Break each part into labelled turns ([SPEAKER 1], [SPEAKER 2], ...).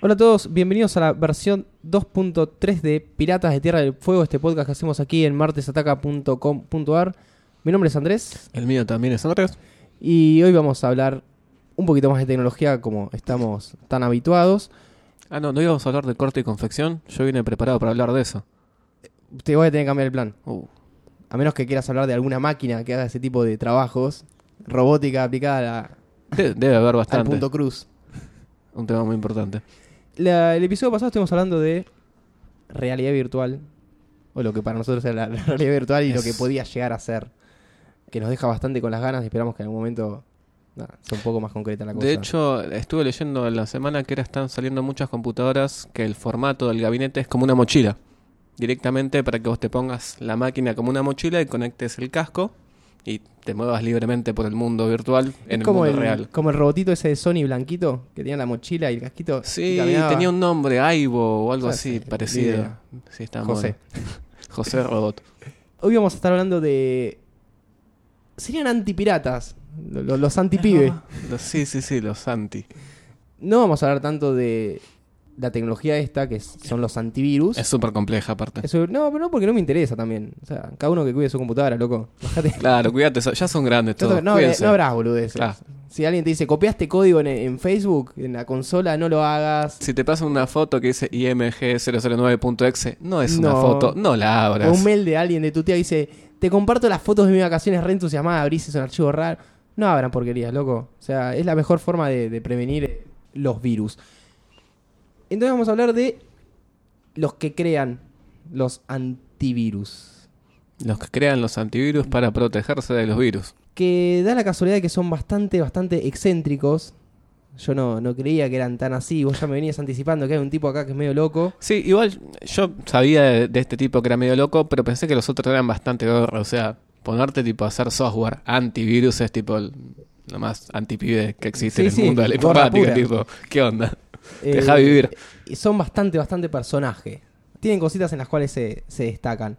[SPEAKER 1] Hola a todos, bienvenidos a la versión 2.3 de Piratas de Tierra del Fuego, este podcast que hacemos aquí en martesataca.com.ar. Mi nombre es Andrés
[SPEAKER 2] El mío también es Andrés.
[SPEAKER 1] y hoy vamos a hablar un poquito más de tecnología como estamos tan habituados.
[SPEAKER 2] Ah, no, no íbamos a hablar de corte y confección. Yo vine preparado para hablar de eso.
[SPEAKER 1] Te voy a tener que cambiar el plan.
[SPEAKER 2] Uh,
[SPEAKER 1] A menos que quieras hablar de alguna máquina que haga ese tipo de trabajos. Robótica aplicada a la-
[SPEAKER 2] de- debe haber
[SPEAKER 1] al
[SPEAKER 2] bastante.
[SPEAKER 1] punto cruz.
[SPEAKER 2] Un tema muy importante.
[SPEAKER 1] La- el episodio pasado estuvimos hablando de realidad virtual. O lo que para nosotros era la realidad virtual y lo
[SPEAKER 2] Es-
[SPEAKER 1] que podía llegar a ser. Que nos deja bastante con las ganas y esperamos que en algún momento nada, sea un poco más concreta la cosa.
[SPEAKER 2] De hecho, estuve leyendo en la semana que ahora están saliendo muchas computadoras que el formato del gabinete es como una mochila. Directamente para que vos te pongas la máquina como una mochila y conectes el casco y te muevas libremente por el mundo virtual en
[SPEAKER 1] es como
[SPEAKER 2] el
[SPEAKER 1] el,
[SPEAKER 2] mundo real.
[SPEAKER 1] como el robotito ese de Sony blanquito que tenía la mochila y el casquito. y
[SPEAKER 2] Sí,
[SPEAKER 1] caminaba.
[SPEAKER 2] tenía un nombre, Aibo o algo
[SPEAKER 1] Ah,
[SPEAKER 2] así
[SPEAKER 1] sí, ni
[SPEAKER 2] parecido.
[SPEAKER 1] idea.
[SPEAKER 2] Sí, está
[SPEAKER 1] José.
[SPEAKER 2] bueno. José Robot.
[SPEAKER 1] Hoy vamos a estar hablando de. Serían antipiratas. lo- lo- Los antipibes.
[SPEAKER 2] Los- Sí, sí, sí, los anti.
[SPEAKER 1] No vamos a hablar tanto de la tecnología esta, que es- son los antivirus.
[SPEAKER 2] Es súper compleja aparte.
[SPEAKER 1] Eso- no, pero no porque no me interesa también. O sea, cada uno que cuide su computadora, loco. Bajate.
[SPEAKER 2] Claro, cuídate, so- ya son grandes
[SPEAKER 1] No,
[SPEAKER 2] todos.
[SPEAKER 1] no, eh,
[SPEAKER 2] cuídense.
[SPEAKER 1] no habrás boludeces.
[SPEAKER 2] Claro.
[SPEAKER 1] Si alguien te dice, copiaste código en, en Facebook, en la consola, no lo hagas.
[SPEAKER 2] Si te pasa una foto que dice img009.exe, no es una
[SPEAKER 1] No.
[SPEAKER 2] foto, no la
[SPEAKER 1] O
[SPEAKER 2] abras.
[SPEAKER 1] un mail de alguien de tu tía que dice, te comparto las fotos de mis vacaciones re entusiasmada, abrís es un archivo raro. No abran porquerías, loco. O sea, es la mejor forma de, de prevenir eh, los virus. Entonces vamos a hablar de los que crean los antivirus.
[SPEAKER 2] Los que crean los antivirus para protegerse de los virus.
[SPEAKER 1] que da la casualidad de que son bastante, bastante excéntricos. Yo no, no creía que eran tan así. Vos ya me venías anticipando que hay un tipo acá que es medio loco.
[SPEAKER 2] Sí, igual yo sabía de, de este tipo que era medio loco, pero pensé que los otros eran bastante gorros. O sea, ponerte tipo a hacer software antivirus es tipo el- lo más antipibe que existe
[SPEAKER 1] Sí,
[SPEAKER 2] en el
[SPEAKER 1] sí,
[SPEAKER 2] mundo de la
[SPEAKER 1] gorra
[SPEAKER 2] informática.
[SPEAKER 1] pura.
[SPEAKER 2] Tipo, ¿qué onda?
[SPEAKER 1] Eh,
[SPEAKER 2] Deja vivir.
[SPEAKER 1] Y son bastante, bastante personaje. Tienen cositas en las cuales se, se destacan.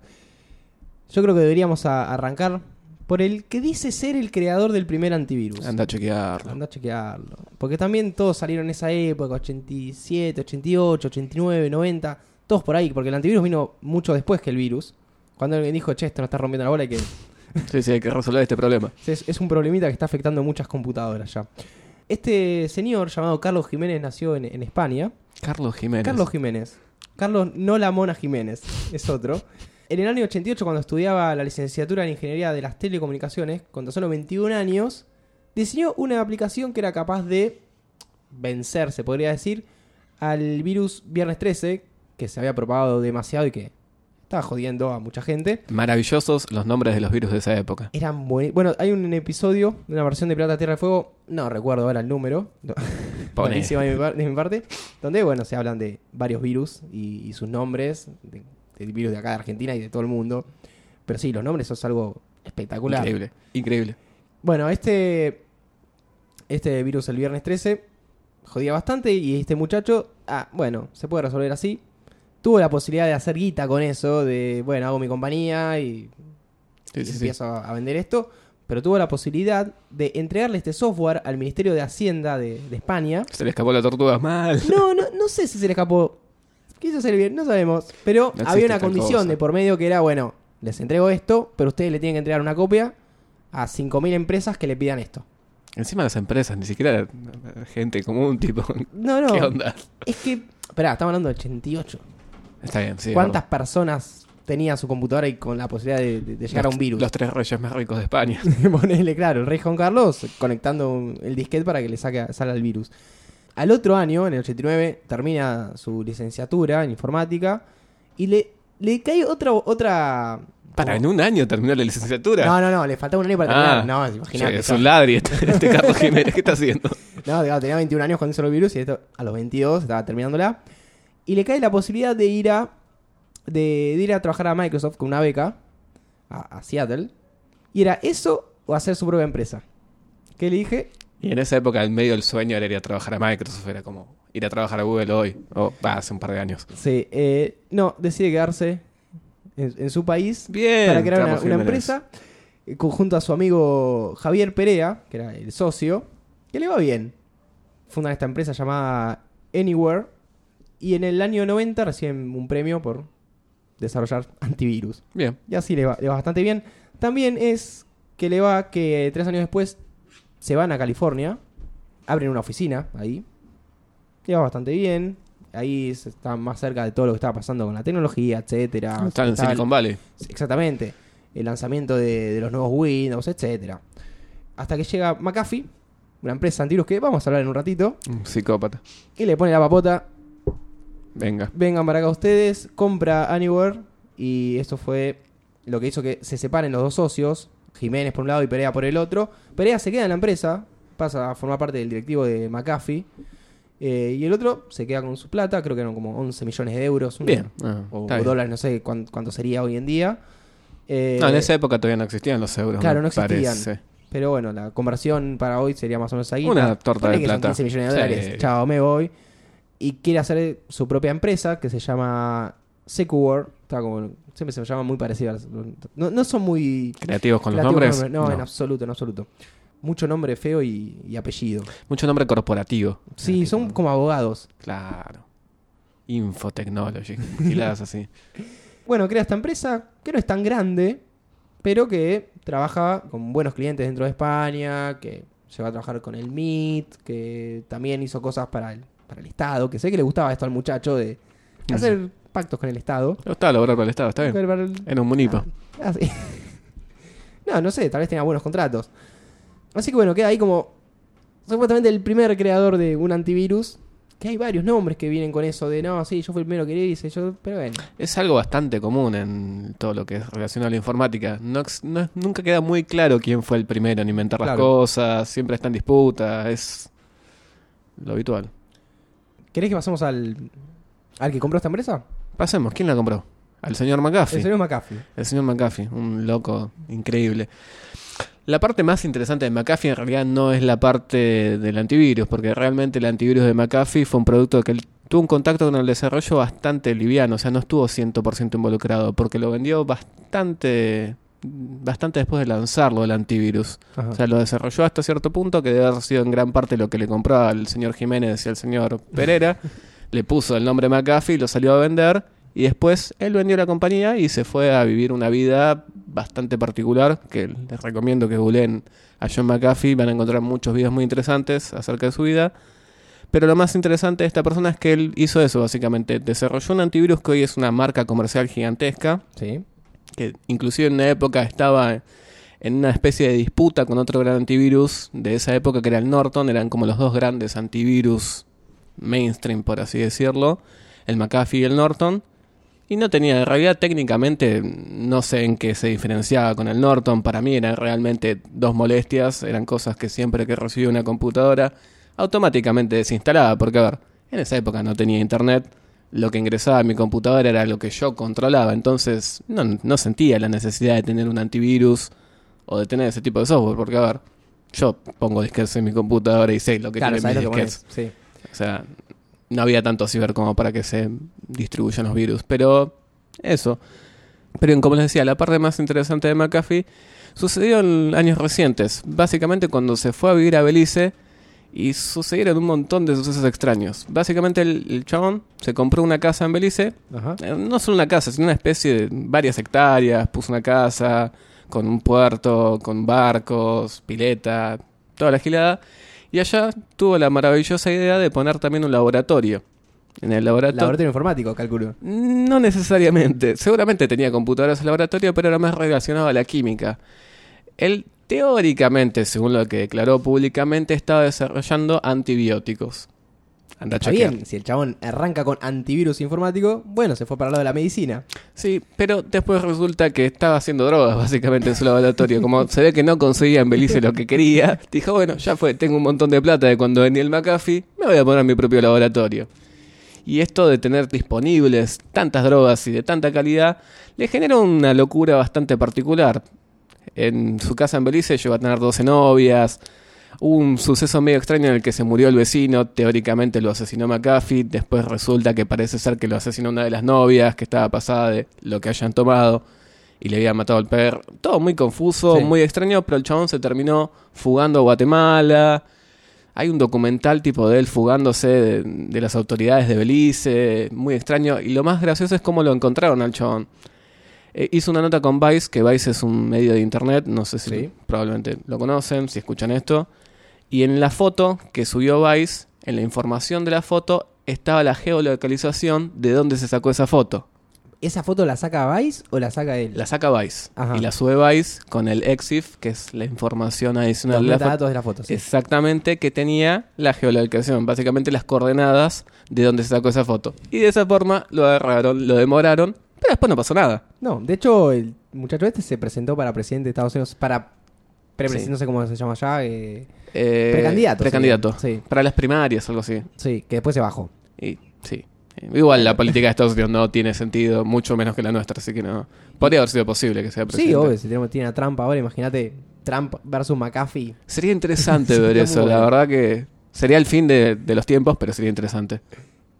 [SPEAKER 1] Yo creo que deberíamos a- arrancar por el que dice ser el creador del primer antivirus.
[SPEAKER 2] Anda a chequearlo.
[SPEAKER 1] Anda a chequearlo. Porque también todos salieron en esa época, 87, 88, 89, 90, todos por ahí, porque el antivirus vino mucho después que el virus. Cuando alguien dijo, che, esto no está rompiendo la bola, hay que...
[SPEAKER 2] Sí, sí, hay que resolver este problema.
[SPEAKER 1] es, es un problemita que está afectando muchas computadoras ya. Este señor llamado Carlos Jiménez nació en, en España.
[SPEAKER 2] Carlos Jiménez.
[SPEAKER 1] Carlos Jiménez. Carlos no la Mona Jiménez, es otro. En el año 88, cuando estudiaba la licenciatura en Ingeniería de las Telecomunicaciones, con tan solo 21 años, diseñó una aplicación que era capaz de vencer, se podría decir, al virus Viernes 13, que se había propagado demasiado y que estaba jodiendo a mucha gente.
[SPEAKER 2] Maravillosos los nombres de los virus de esa época.
[SPEAKER 1] Eran buen- Bueno, hay un episodio de una versión de Pirata Tierra de Fuego, no recuerdo ahora el número, no,
[SPEAKER 2] Pone.
[SPEAKER 1] buenísima de, mi par- de mi parte, donde, bueno, se hablan de varios virus y, y sus nombres, de- del virus de acá de Argentina y de todo el mundo. Pero sí, los nombres son algo espectacular.
[SPEAKER 2] Increíble, increíble.
[SPEAKER 1] Bueno, este, este virus el viernes 13 jodía bastante y este muchacho, ah, bueno, se puede resolver así. Tuvo la posibilidad de hacer guita con eso, de, bueno, hago mi compañía y
[SPEAKER 2] Sí,
[SPEAKER 1] y
[SPEAKER 2] sí, sí.
[SPEAKER 1] empiezo a a vender esto, pero tuvo la posibilidad de entregarle este software al Ministerio de Hacienda de, de España.
[SPEAKER 2] Se le escapó la tortuga mal.
[SPEAKER 1] No, no, no sé si se le escapó. Quiso hacer bien, no sabemos. Pero
[SPEAKER 2] existe
[SPEAKER 1] había una
[SPEAKER 2] tal
[SPEAKER 1] condición
[SPEAKER 2] cosa.
[SPEAKER 1] de por medio que era, bueno, les entrego esto, pero ustedes le tienen que entregar una copia a 5.000 empresas que le pidan esto.
[SPEAKER 2] Encima las empresas, ni siquiera gente común, tipo.
[SPEAKER 1] No, no.
[SPEAKER 2] ¿Qué onda?
[SPEAKER 1] Es que, espera, estamos hablando de 88.
[SPEAKER 2] Está bien, sí.
[SPEAKER 1] ¿Cuántas
[SPEAKER 2] vamos.
[SPEAKER 1] personas tenía su computadora y con la posibilidad de, de- de llegar a
[SPEAKER 2] Los-
[SPEAKER 1] un virus?
[SPEAKER 2] Los tres reyes más ricos de España.
[SPEAKER 1] Ponele, claro, el rey Juan Carlos conectando un- el disquete para que le saque, salga el virus. Al otro año, en el 89, termina su licenciatura en informática y le, le cae otra... otra
[SPEAKER 2] Para, en
[SPEAKER 1] como-
[SPEAKER 2] un año terminó la licenciatura.
[SPEAKER 1] No, no, no, le faltaba un año para terminar. no,
[SPEAKER 2] che,
[SPEAKER 1] imagínate.
[SPEAKER 2] Es un ladri este, este Carlos Jiménez. ¿Qué está haciendo?
[SPEAKER 1] No, claro, tenía 21 años cuando hizo el virus y esto a los 22 estaba terminándola. Y le cae la posibilidad de ir a de, de ir a trabajar a Microsoft con una beca a, a Seattle. Y era eso o hacer su propia empresa. ¿Qué le dije?
[SPEAKER 2] Y en esa época, el medio del sueño era ir a trabajar a Microsoft, era como ir a trabajar a Google hoy, o va, hace un par de años.
[SPEAKER 1] Sí, eh, no, decide quedarse en, en su país
[SPEAKER 2] Bien,
[SPEAKER 1] para crear una,
[SPEAKER 2] Ramos
[SPEAKER 1] una
[SPEAKER 2] Jiménez.
[SPEAKER 1] empresa eh, con- junto a su amigo Javier Perea, que era el socio, que le va bien. Fundan esta empresa llamada Anywhere y en el año 90 reciben un premio por desarrollar antivirus.
[SPEAKER 2] Bien.
[SPEAKER 1] Y así le va, le va bastante bien. También es que le va que tres años después se van a California, abren una oficina ahí. Le va bastante bien. Ahí se está más cerca de todo lo que estaba pasando con la tecnología, etcétera.
[SPEAKER 2] Están en
[SPEAKER 1] Está-
[SPEAKER 2] Silicon Valley.
[SPEAKER 1] Exactamente. El lanzamiento de, de los nuevos Windows, etcétera. Hasta que llega McAfee, una empresa antivirus que vamos a hablar en un ratito,
[SPEAKER 2] Un psicópata.
[SPEAKER 1] y le pone la papota
[SPEAKER 2] Venga.
[SPEAKER 1] vengan para acá ustedes, compra Anywhere. Y esto fue lo que hizo que se separen los dos socios, Jiménez por un lado y Perea por el otro. Perea se queda en la empresa, pasa a formar parte del directivo de McAfee. eh, y el otro se queda con su plata, creo que eran como 11 millones de euros. un-
[SPEAKER 2] Bien. Ah,
[SPEAKER 1] Mm. O,
[SPEAKER 2] está
[SPEAKER 1] o
[SPEAKER 2] bien.
[SPEAKER 1] dólares, no sé cuán- cuánto, sería hoy en día. Eh,
[SPEAKER 2] No, en esa época todavía no existían los euros.
[SPEAKER 1] Claro,
[SPEAKER 2] me
[SPEAKER 1] no existían.
[SPEAKER 2] parece.
[SPEAKER 1] Pero bueno, la conversión para hoy sería más o menos ahí.
[SPEAKER 2] Una torta
[SPEAKER 1] Ponle
[SPEAKER 2] de
[SPEAKER 1] que son
[SPEAKER 2] plata.
[SPEAKER 1] 15 millones de
[SPEAKER 2] Sí.
[SPEAKER 1] dólares. Chao, me voy. Y quiere hacer su propia empresa que se llama Secuware. Está como, siempre se llama muy parecidas. No, no son muy...
[SPEAKER 2] Creativos con los
[SPEAKER 1] creativos
[SPEAKER 2] nombres.
[SPEAKER 1] No, en absoluto, en absoluto. Mucho nombre feo y, y apellido.
[SPEAKER 2] Mucho nombre corporativo.
[SPEAKER 1] Sí,
[SPEAKER 2] Así
[SPEAKER 1] son como abogados.
[SPEAKER 2] Claro. Infotechnology. Giladas así.
[SPEAKER 1] Bueno, crea esta empresa que no es tan grande, pero que trabaja con buenos clientes dentro de España, que se va a trabajar con el MIT, que también hizo cosas para el, para el Estado, que sé que le gustaba esto al muchacho de hacer pactos con el Estado.
[SPEAKER 2] Lo está logrando el Estado, Mm. está bien. Eh.
[SPEAKER 1] Pero para el-
[SPEAKER 2] En un munipa.
[SPEAKER 1] Ah, sí. No, no sé, tal vez tenga buenos contratos. Así que bueno, queda ahí como supuestamente el primer creador de un antivirus. Que hay varios nombres que vienen con eso de no, sí, yo fui el primero que le hice, yo, pero bueno.
[SPEAKER 2] Es algo bastante común en todo lo que es relacionado a la informática. No, ex- no es- nunca queda muy claro quién fue el primero en inventar las
[SPEAKER 1] Claro.
[SPEAKER 2] cosas. Siempre está en disputa. Es lo habitual.
[SPEAKER 1] ¿Querés que pasemos al, al que compró esta empresa?
[SPEAKER 2] Pasemos. ¿Quién la compró? Al señor McAfee.
[SPEAKER 1] El señor McAfee.
[SPEAKER 2] El señor McAfee, un loco increíble. La parte más interesante de McAfee en realidad no es la parte del antivirus, porque realmente el antivirus de McAfee fue un producto que él tuvo un contacto con el desarrollo bastante liviano, o sea, no estuvo 100% involucrado, porque lo vendió bastante bastante después de lanzarlo el antivirus. O sea, lo desarrolló hasta cierto punto, que debe haber sido en gran parte lo que le compró al señor Jiménez y al señor Pereira. le puso el nombre McAfee, lo salió a vender y después él vendió la compañía y se fue a vivir una vida bastante particular, que les recomiendo que googleen a John McAfee, van a encontrar muchos videos muy interesantes acerca de su vida. Pero lo más interesante de esta persona es que él hizo eso, básicamente. Desarrolló un antivirus que hoy es una marca comercial gigantesca
[SPEAKER 1] sí.
[SPEAKER 2] que inclusive en una época estaba en una especie de disputa con otro gran antivirus de esa época que era el Norton, eran como los dos grandes antivirus mainstream, por así decirlo, el McAfee y el Norton. Y no tenía, en realidad técnicamente no sé en qué se diferenciaba con el Norton, para mí eran realmente dos molestias, eran cosas que siempre que recibía una computadora automáticamente desinstalaba, porque a ver, en esa época no tenía internet, lo que ingresaba a mi computadora era lo que yo controlaba, entonces no, no sentía la necesidad de tener un antivirus o de tener ese tipo de software, porque a ver, yo pongo disquets en mi computadora y sé lo que
[SPEAKER 1] Claro,
[SPEAKER 2] tiene
[SPEAKER 1] sabés
[SPEAKER 2] mis
[SPEAKER 1] lo que
[SPEAKER 2] disquets.
[SPEAKER 1] pones. Sí.
[SPEAKER 2] O sea, no había tanto ciber como para que se distribuyan los virus. Pero eso. Pero en- como les decía, la parte más interesante de McAfee sucedió en años recientes. Básicamente cuando se fue a vivir a Belice y sucedieron un montón de sucesos extraños. Básicamente el, el chabón se compró una casa en Belice.
[SPEAKER 1] Ajá.
[SPEAKER 2] Eh, No solo una casa, sino una especie de varias hectáreas. Puso una casa con un puerto, con barcos, pileta, toda la gilada. Y allá tuvo la maravillosa idea de poner también un laboratorio. En el laboratorio.
[SPEAKER 1] Laboratorio informático, calculo.
[SPEAKER 2] No necesariamente. Seguramente tenía computadoras en laboratorio, pero era más relacionado a la química. Él teóricamente, según lo que declaró públicamente, estaba desarrollando antibióticos. Anda a
[SPEAKER 1] Está
[SPEAKER 2] chequear.
[SPEAKER 1] bien, si el chabón arranca con antivirus informático, bueno, se fue para el lado de la medicina.
[SPEAKER 2] Sí, pero después resulta que estaba haciendo drogas básicamente en su laboratorio. Como se ve que no conseguía en Belice lo que quería, dijo, bueno, ya fue, tengo un montón de plata de cuando vendí el McAfee, me voy a poner mi propio laboratorio. Y esto de tener disponibles tantas drogas y de tanta calidad le genera una locura bastante particular. En su casa en Belice llegó a tener 12 novias. Hubo un suceso medio extraño en el que se murió el vecino. Teóricamente lo asesinó McAfee. Después resulta que parece ser que lo asesinó una de las novias que estaba pasada de lo que hayan tomado. Y le había matado al perro. Todo muy confuso,
[SPEAKER 1] Sí.
[SPEAKER 2] muy extraño. Pero el chabón se terminó fugando a Guatemala. Hay un documental tipo de él fugándose de, de las autoridades de Belice, muy extraño. Y lo más gracioso es cómo lo encontraron al chabón. Eh, hizo una nota con Vice, que Vice es un medio de internet, no sé si
[SPEAKER 1] Sí.
[SPEAKER 2] probablemente lo conocen, si escuchan esto. Y en la foto que subió Vice, en la información de la foto, estaba la geolocalización de dónde se sacó esa foto.
[SPEAKER 1] ¿Esa foto la saca Vice o la saca él?
[SPEAKER 2] La saca Vice.
[SPEAKER 1] Ajá.
[SPEAKER 2] Y la sube Vice con el EXIF, que es la información adicional
[SPEAKER 1] Los
[SPEAKER 2] de la foto.
[SPEAKER 1] metadatos de la foto, sí.
[SPEAKER 2] Exactamente, que tenía la geolocalización, básicamente las coordenadas de donde se sacó esa foto. Y de esa forma lo agarraron, lo demoraron, pero después no pasó nada.
[SPEAKER 1] No, de hecho, el muchacho este se presentó para presidente de Estados Unidos, para presidente,
[SPEAKER 2] Sí.
[SPEAKER 1] no sé cómo se llama allá, eh,
[SPEAKER 2] Eh,
[SPEAKER 1] Precandidato,
[SPEAKER 2] Precandidato.
[SPEAKER 1] sí. Sí.
[SPEAKER 2] Para las primarias, algo así.
[SPEAKER 1] sí, que después se bajó.
[SPEAKER 2] Y sí. eh, Igual la política de Estados Unidos no tiene sentido, mucho menos que la nuestra, así que no. Podría haber sido posible que sea presidente.
[SPEAKER 1] Sí, obvio, si tenemos, tiene a Trump ahora, imagínate, Trump versus McAfee.
[SPEAKER 2] Sería interesante
[SPEAKER 1] Sería
[SPEAKER 2] ver
[SPEAKER 1] muy
[SPEAKER 2] eso, la
[SPEAKER 1] bueno.
[SPEAKER 2] verdad que sería el fin de, de los tiempos, pero sería interesante.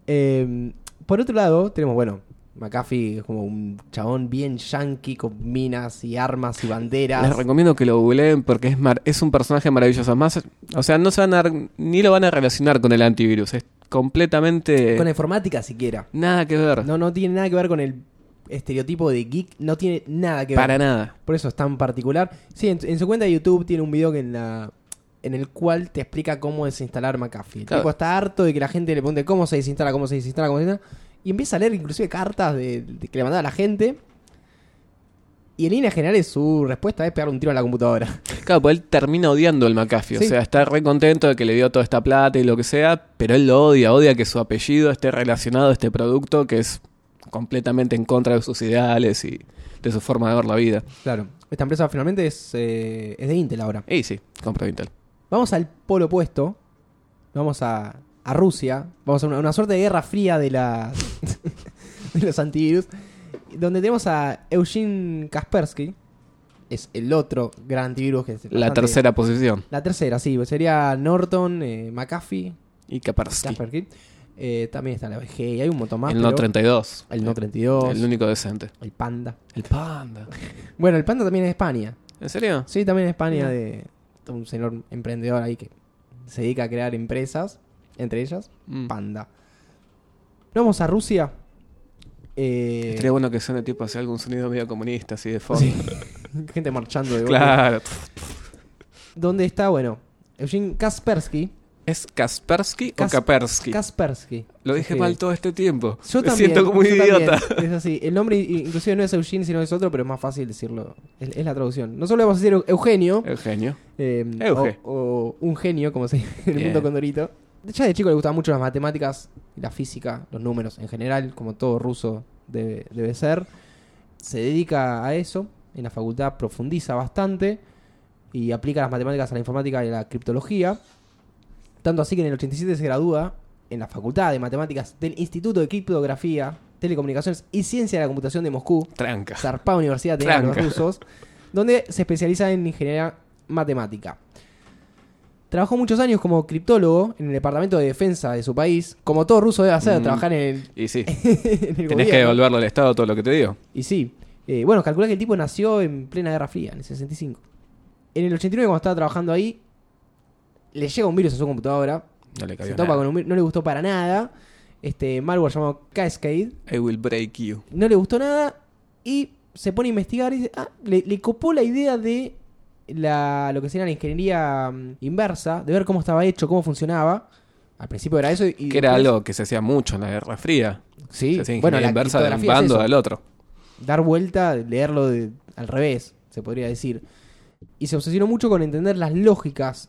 [SPEAKER 1] Eh, por otro lado, tenemos, bueno, McAfee es como un chabón bien yankee con minas y armas y banderas.
[SPEAKER 2] Les recomiendo que lo googleen porque es, mar- es un personaje maravilloso. Más, o sea, no se van a re- ni lo van a relacionar con el antivirus. Es completamente
[SPEAKER 1] Con la informática siquiera.
[SPEAKER 2] nada que ver.
[SPEAKER 1] No, no tiene nada que ver con el estereotipo de geek, no tiene nada que ver.
[SPEAKER 2] para nada.
[SPEAKER 1] Por eso es tan particular. Sí, en, en su cuenta de YouTube tiene un video que en la en el cual te explica cómo desinstalar McAfee. El
[SPEAKER 2] Claro.
[SPEAKER 1] tipo está harto de que la gente le pregunte cómo se desinstala, cómo se desinstala, cómo se desinstala. Y empieza a leer inclusive cartas de, de que le mandaba la gente. Y en líneas generales su respuesta es pegar un tiro a la computadora.
[SPEAKER 2] Claro, pues él termina odiando al McAfee.
[SPEAKER 1] Sí.
[SPEAKER 2] O sea, está re contento de que le dio toda esta plata y lo que sea, pero él lo odia. Odia que su apellido esté relacionado a este producto que es completamente en contra de sus ideales y de su forma de ver la vida.
[SPEAKER 1] Claro. Esta empresa finalmente es, eh, es de Intel ahora.
[SPEAKER 2] Y sí, compro Intel.
[SPEAKER 1] Vamos al polo opuesto. Vamos a, a Rusia. Vamos a una, una suerte de guerra fría de, la, de los antivirus. Donde tenemos a Eugene Kaspersky. Es el otro gran antivirus que es
[SPEAKER 2] La
[SPEAKER 1] bastante-
[SPEAKER 2] tercera posición.
[SPEAKER 1] La tercera, sí. pues Sería Norton, eh, McAfee,
[SPEAKER 2] Y Kapersky.
[SPEAKER 1] Kaspersky. Eh, también está la VG y hay un montón más.
[SPEAKER 2] El No
[SPEAKER 1] pero
[SPEAKER 2] 32.
[SPEAKER 1] el No 32.
[SPEAKER 2] El
[SPEAKER 1] El,
[SPEAKER 2] único decente.
[SPEAKER 1] Panda.
[SPEAKER 2] El panda.
[SPEAKER 1] Bueno, el Panda también es de España.
[SPEAKER 2] ¿En serio?
[SPEAKER 1] Sí, también en España de un señor emprendedor ahí que se dedica a crear empresas, entre ellas
[SPEAKER 2] Mm.
[SPEAKER 1] Panda. Nos vamos a Rusia. Eh,
[SPEAKER 2] Sería bueno que suene tipo hacia algún sonido medio comunista, así de fondo.
[SPEAKER 1] sí. gente marchando de golpe.
[SPEAKER 2] claro.
[SPEAKER 1] ¿Dónde está? Bueno, Eugene Kaspersky.
[SPEAKER 2] ¿Es Kaspersky
[SPEAKER 1] Kas-
[SPEAKER 2] o Kapersky?
[SPEAKER 1] Kaspersky.
[SPEAKER 2] Lo dije
[SPEAKER 1] Sí.
[SPEAKER 2] mal todo este tiempo.
[SPEAKER 1] Yo
[SPEAKER 2] Me
[SPEAKER 1] también.
[SPEAKER 2] siento como un
[SPEAKER 1] yo
[SPEAKER 2] idiota.
[SPEAKER 1] también. Es así. El nombre i- inclusive no es Eugene, sino es otro, pero es más fácil decirlo. Es, es la traducción. No solo vamos a decir Eu- Eugenio.
[SPEAKER 2] Eugenio.
[SPEAKER 1] Eh,
[SPEAKER 2] Euge.
[SPEAKER 1] o, o un genio, como se dice en el
[SPEAKER 2] Bien.
[SPEAKER 1] mundo condorito. Ya de chico le gustaban mucho las matemáticas, la física, los números en general, como todo ruso debe, debe ser. Se dedica a eso, en la facultad profundiza bastante y aplica las matemáticas a la informática y a la criptología. Tanto así que en el 87 se gradúa en la Facultad de Matemáticas del Instituto de Criptografía, Telecomunicaciones y Ciencia de la Computación de Moscú
[SPEAKER 2] Tranca.
[SPEAKER 1] zarpada universidad tenía los
[SPEAKER 2] Tranca.
[SPEAKER 1] rusos, donde se especializa en ingeniería matemática. Trabajó muchos años como criptólogo en el departamento de defensa de su país, como todo ruso debe hacer,
[SPEAKER 2] Mm.
[SPEAKER 1] trabajar en el,
[SPEAKER 2] Y sí,
[SPEAKER 1] en el
[SPEAKER 2] tenés
[SPEAKER 1] gobierno.
[SPEAKER 2] que devolverlo al Estado todo lo que te digo.
[SPEAKER 1] Y sí, eh, bueno, calculá que el tipo nació en plena Guerra Fría, en el 65. En el 89, cuando estaba trabajando ahí, le llega un virus a su computadora,
[SPEAKER 2] No le
[SPEAKER 1] se
[SPEAKER 2] cabió
[SPEAKER 1] topa
[SPEAKER 2] nada.
[SPEAKER 1] con un virus, no le gustó para nada, este malware llamado Cascade,
[SPEAKER 2] I will break you.
[SPEAKER 1] no le gustó nada y se pone a investigar y dice, ah, le, le copó la idea de la, lo que sería la ingeniería mm, inversa, de ver cómo estaba hecho, cómo funcionaba. Al principio era eso y...
[SPEAKER 2] Que era
[SPEAKER 1] después-
[SPEAKER 2] algo que se hacía mucho en la Guerra Fría.
[SPEAKER 1] Sí,
[SPEAKER 2] se hacía
[SPEAKER 1] bueno, la
[SPEAKER 2] ingeniería inversa de un
[SPEAKER 1] criptografía es
[SPEAKER 2] bando
[SPEAKER 1] eso.
[SPEAKER 2] al otro.
[SPEAKER 1] Dar vuelta, leerlo de- al revés, se podría decir. Y se obsesionó mucho con entender las lógicas,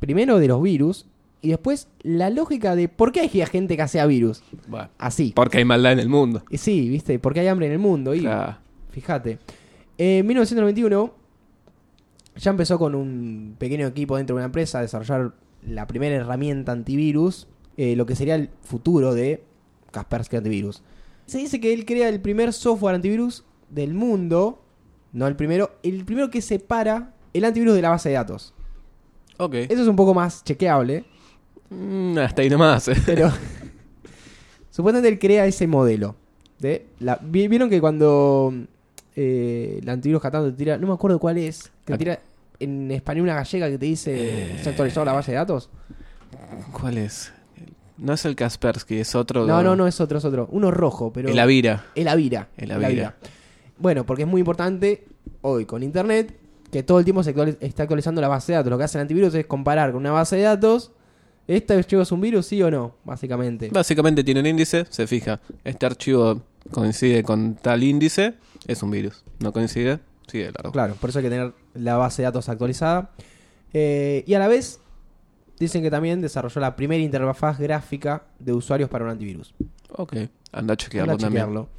[SPEAKER 1] primero de los virus, y después la lógica de por qué hay gente que hace virus.
[SPEAKER 2] Bueno,
[SPEAKER 1] Así.
[SPEAKER 2] porque hay maldad en el mundo.
[SPEAKER 1] Y sí, viste, porque hay hambre en el mundo. Y
[SPEAKER 2] Claro.
[SPEAKER 1] Fíjate. Eh, En 1991 ya empezó con un pequeño equipo dentro de una empresa a desarrollar la primera herramienta antivirus, eh, lo que sería el futuro de Kaspersky Antivirus. Se dice que él crea el primer software antivirus del mundo, no el primero, el primero que separa el antivirus de la base de datos.
[SPEAKER 2] Ok.
[SPEAKER 1] Eso es un poco más chequeable,
[SPEAKER 2] Mm, hasta ahí nomás. eh.
[SPEAKER 1] pero supuestamente él crea ese modelo. De la, vi- Vieron que cuando eh, el antivirus catando te tira, no me acuerdo cuál es, que te
[SPEAKER 2] Ac-
[SPEAKER 1] tira en español una gallega que te dice,
[SPEAKER 2] Eh.
[SPEAKER 1] ¿se ha actualizado la base de datos?
[SPEAKER 2] ¿Cuál es? No es el Kaspersky, es otro.
[SPEAKER 1] No, no, no, es otro, es otro. Uno rojo, pero...
[SPEAKER 2] El Avira.
[SPEAKER 1] El Avira.
[SPEAKER 2] El Avira.
[SPEAKER 1] Bueno, porque es muy importante hoy con Internet que todo el tiempo se actualiz- está actualizando la base de datos. Lo que hace el antivirus es comparar con una base de datos. ¿Este archivo es un virus, sí o no? Básicamente.
[SPEAKER 2] Básicamente tiene un índice, se fija. Este archivo coincide con tal índice, es un virus. No coincide, sigue largo.
[SPEAKER 1] Claro, por eso hay que tener la base de datos actualizada. Eh, y a la vez, dicen que también desarrolló la primera interfaz gráfica de usuarios para un antivirus.
[SPEAKER 2] Ok. Anda a chequearlo
[SPEAKER 1] Anda a
[SPEAKER 2] también.
[SPEAKER 1] chequearlo.